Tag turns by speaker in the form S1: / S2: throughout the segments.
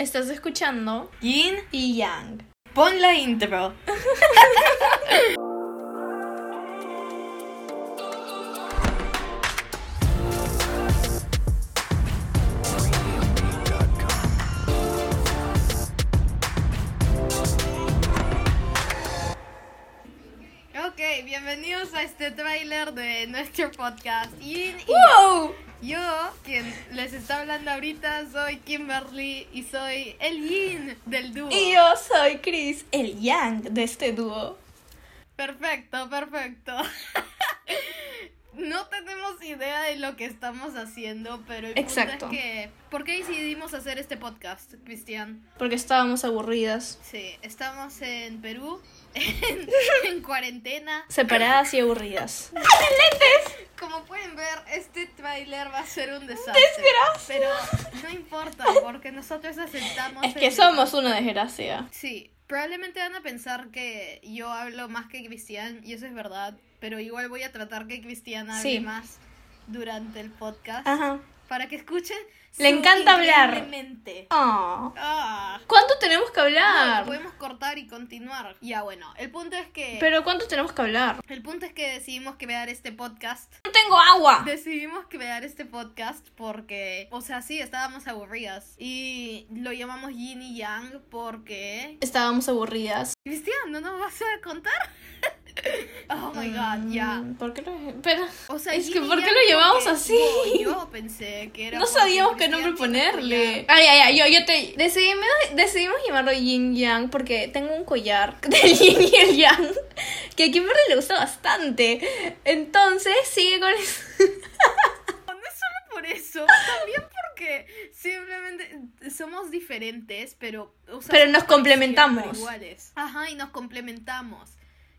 S1: Estás escuchando
S2: Yin,
S1: y Yang.
S2: pon la intro.
S3: Ok, bienvenidos a este tráiler de nuestro podcast. Y, y
S1: ¡Wow!
S3: yo, quien les está hablando ahorita, soy Kimberly y soy el Yin del dúo.
S1: Y yo soy Chris, el Yang de este dúo.
S3: Perfecto, perfecto. No tenemos idea de lo que estamos haciendo, pero el punto
S1: Exacto.
S3: es que ¿por qué decidimos hacer este podcast, Cristian?
S1: Porque estábamos aburridas,
S3: Sí, estamos en Perú, en, en cuarentena.
S1: separadas y aburridas.
S3: Como pueden ver, este tráiler va a ser un desastre. Pero no importa, porque nosotros aceptamos.
S1: Es que
S3: el-
S1: somos una desgracia.
S3: Sí, probablemente van a pensar que yo hablo más que Cristian, y eso es verdad. Pero igual voy a tratar que Cristian hable
S1: Sí.
S3: más durante el podcast.
S1: Ajá.
S3: Para que escuchen.
S1: Le
S3: su
S1: encanta hablar.
S3: increíblemente.
S1: Oh.
S3: Ah.
S1: ¿Cuánto tenemos que
S3: No, pues, eh.
S1: hablar?
S3: podemos cortar y continuar. Ya bueno, el punto es que.
S1: Pero ¿cuánto tenemos que hablar?
S3: el punto es que decidimos crear este podcast
S1: No tengo agua.
S3: Decidimos crear este podcast porque, o sea, sí, estábamos aburridas. Y lo llamamos Yin y Yang porque...
S1: Estábamos aburridas.
S3: Cristian, ¿no nos vas a contar? oh my god, ya.
S1: Mm, ¿Por qué lo... Pero...
S3: O sea,
S1: Es
S3: Yin
S1: que
S3: y
S1: ¿por qué
S3: Yang
S1: lo llevamos
S3: porque
S1: así?
S3: Yo pensé que era...
S1: No
S3: porque
S1: sabíamos qué
S3: Cristian
S1: nombre
S3: tiene
S1: ponerle.
S3: collar.
S1: Ay, ay, ay, yo, yo te. Decidimos, decidimos llamarlo Yin Yang porque tengo un collar del Yin y el Yang que a Kimberly le gusta bastante. Entonces, sigue con eso.
S3: Por eso, también porque simplemente somos diferentes, pero... o sea,
S1: Pero nos
S3: somos
S1: complementamos.
S3: siempre Iguales. Ajá, y nos complementamos.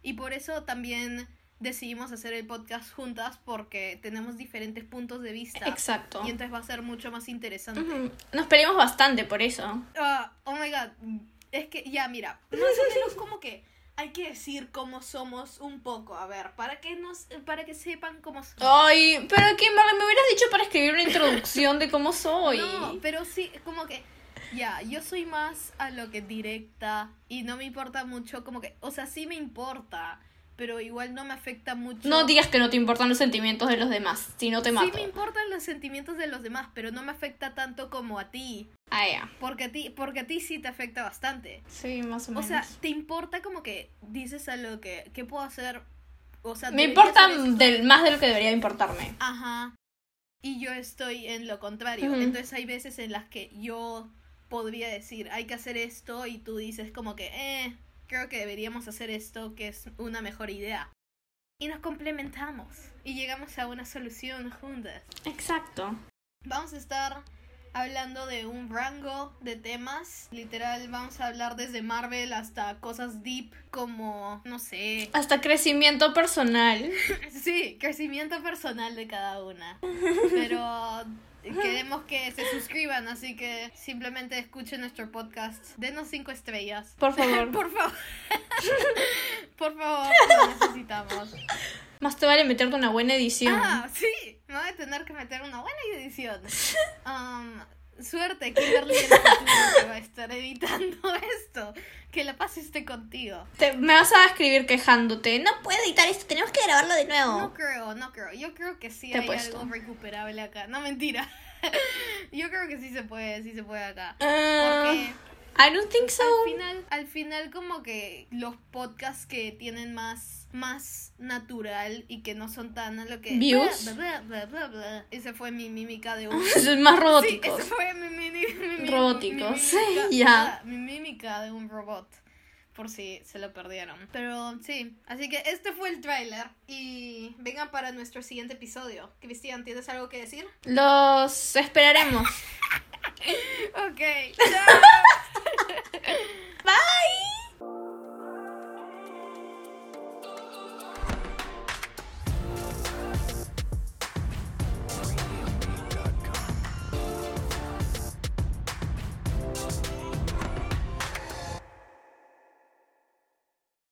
S3: Y por eso también decidimos hacer el podcast juntas porque tenemos diferentes puntos de vista.
S1: Exacto.
S3: Y entonces va a ser mucho más interesante.
S1: Ujú. Nos peleamos bastante por eso.
S3: Ah, oh my god. Es que, ya, mira, más o menos como que hay que decir cómo somos un poco. A ver, para que nos, para que sepan cómo somos.
S1: Ay, pero Kimberly, me hubieras dicho para escribir una introducción de cómo soy.
S3: No, pero sí, como que. Ya, yo soy más a lo que directa y no me importa mucho, como que. O sea, sí me importa, pero igual no me afecta mucho.
S1: No digas que no te importan los sentimientos de los demás, si no te
S3: Sí
S1: mato.
S3: me importan los sentimientos de los demás, pero no me afecta tanto como a ti.
S1: Ah, ya.
S3: Porque a ti, porque a ti sí te afecta bastante.
S1: Sí, más o
S3: O
S1: menos.
S3: sea, te importa como que dices a lo que. ¿Qué puedo hacer? O sea,
S1: me
S3: debería
S1: importa
S3: hacer esto.
S1: del, más de lo que debería importarme.
S3: Ajá. Y yo estoy en lo contrario.
S1: Ujú.
S3: Entonces hay veces en las que yo podría decir, hay que hacer esto y tú dices como que, eh, creo que deberíamos hacer esto, que es una mejor idea. Y nos complementamos y llegamos a una solución juntas.
S1: Exacto.
S3: Vamos a estar hablando de un rango de temas. Literal, vamos a hablar desde Marvel hasta cosas deep como, no sé,
S1: Hasta crecimiento personal.
S3: Sí, crecimiento personal de cada una. Pero queremos que se suscriban, así que simplemente escuchen nuestro podcast. Denos cinco estrellas.
S1: Por favor.
S3: Por favor. Por favor, lo necesitamos.
S1: Más te vale meterte una buena edición.
S3: Ah, sí, me voy a tener que meter una buena edición. Am, suerte, Kimberly en el futuro que va a estar editando esto. Que la paz esté contigo.
S1: Te- me vas a escribir quejándote. No puedo editar esto, tenemos que grabarlo de nuevo.
S3: No creo, no creo. Yo creo que sí
S1: Te
S3: hay
S1: apuesto.
S3: algo recuperable acá. No, mentira. Yo creo que sí se puede, sí se puede acá.
S1: Ah,
S3: Porque
S1: I don't think so.
S3: al final, al final como que los podcasts que tienen más, más natural y que no son tan a lo que...
S1: Views.
S3: Bla, bla, bla, bla, bla. Esa fue mi mímica de un...
S1: Es más
S3: Sí,
S1: Ah, robóticos.
S3: esa fue mi, mi- mi- mi- mi-
S1: Robóticos,
S3: mi mímica-
S1: ya.
S3: ah, mi mímica de un robot. Por si se lo perdieron. Pero sí, así que este fue el tráiler. Y vengan para nuestro siguiente episodio. Cristian, ¿tienes algo que decir?
S1: Los esperaremos.
S3: Ok. chao.
S1: Bye.